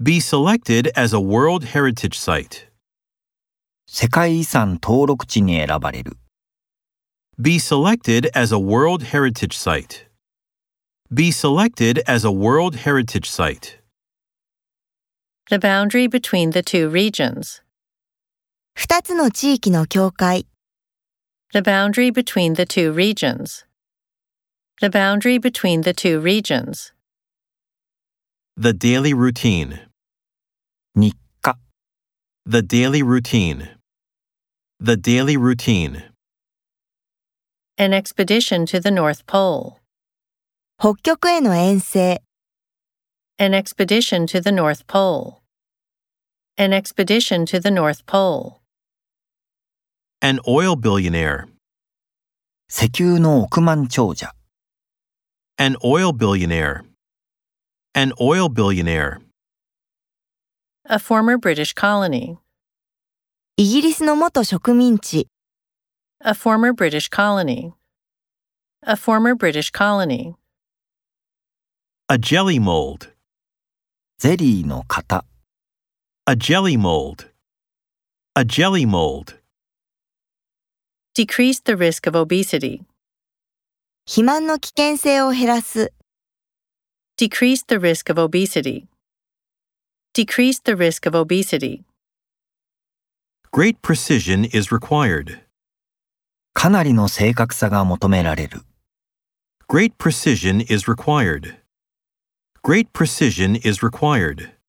be selected as a World Heritage Site. 世界遺産登録地に選ばれる Be selected as a World Heritage Site. Be selected as a World Heritage Site. The boundary between the two regions. 二つの地域の境界、 The boundary between the two regions. The boundary between the two regions. The daily routine. 日課 The daily routine. The daily routine. An expedition to the North Pole. 北極への遠征、 An expedition to the North Pole. An expedition to the North Pole. An oil billionaire. 石油の億万長者 An oil billionaire. An oil billionaire. A former British colony. イギリスの元植民地、 A former British colony. A former British colony. A jelly mold. ゼリーの型 A jelly mold. A jelly mold. Decrease the risk of obesity. 肥満の危険性を減らす、 Decrease the risk of obesity. Decrease the risk of obesity. Great precision is required. かなりの正確さが求められる Great precision is required. Great precision is required.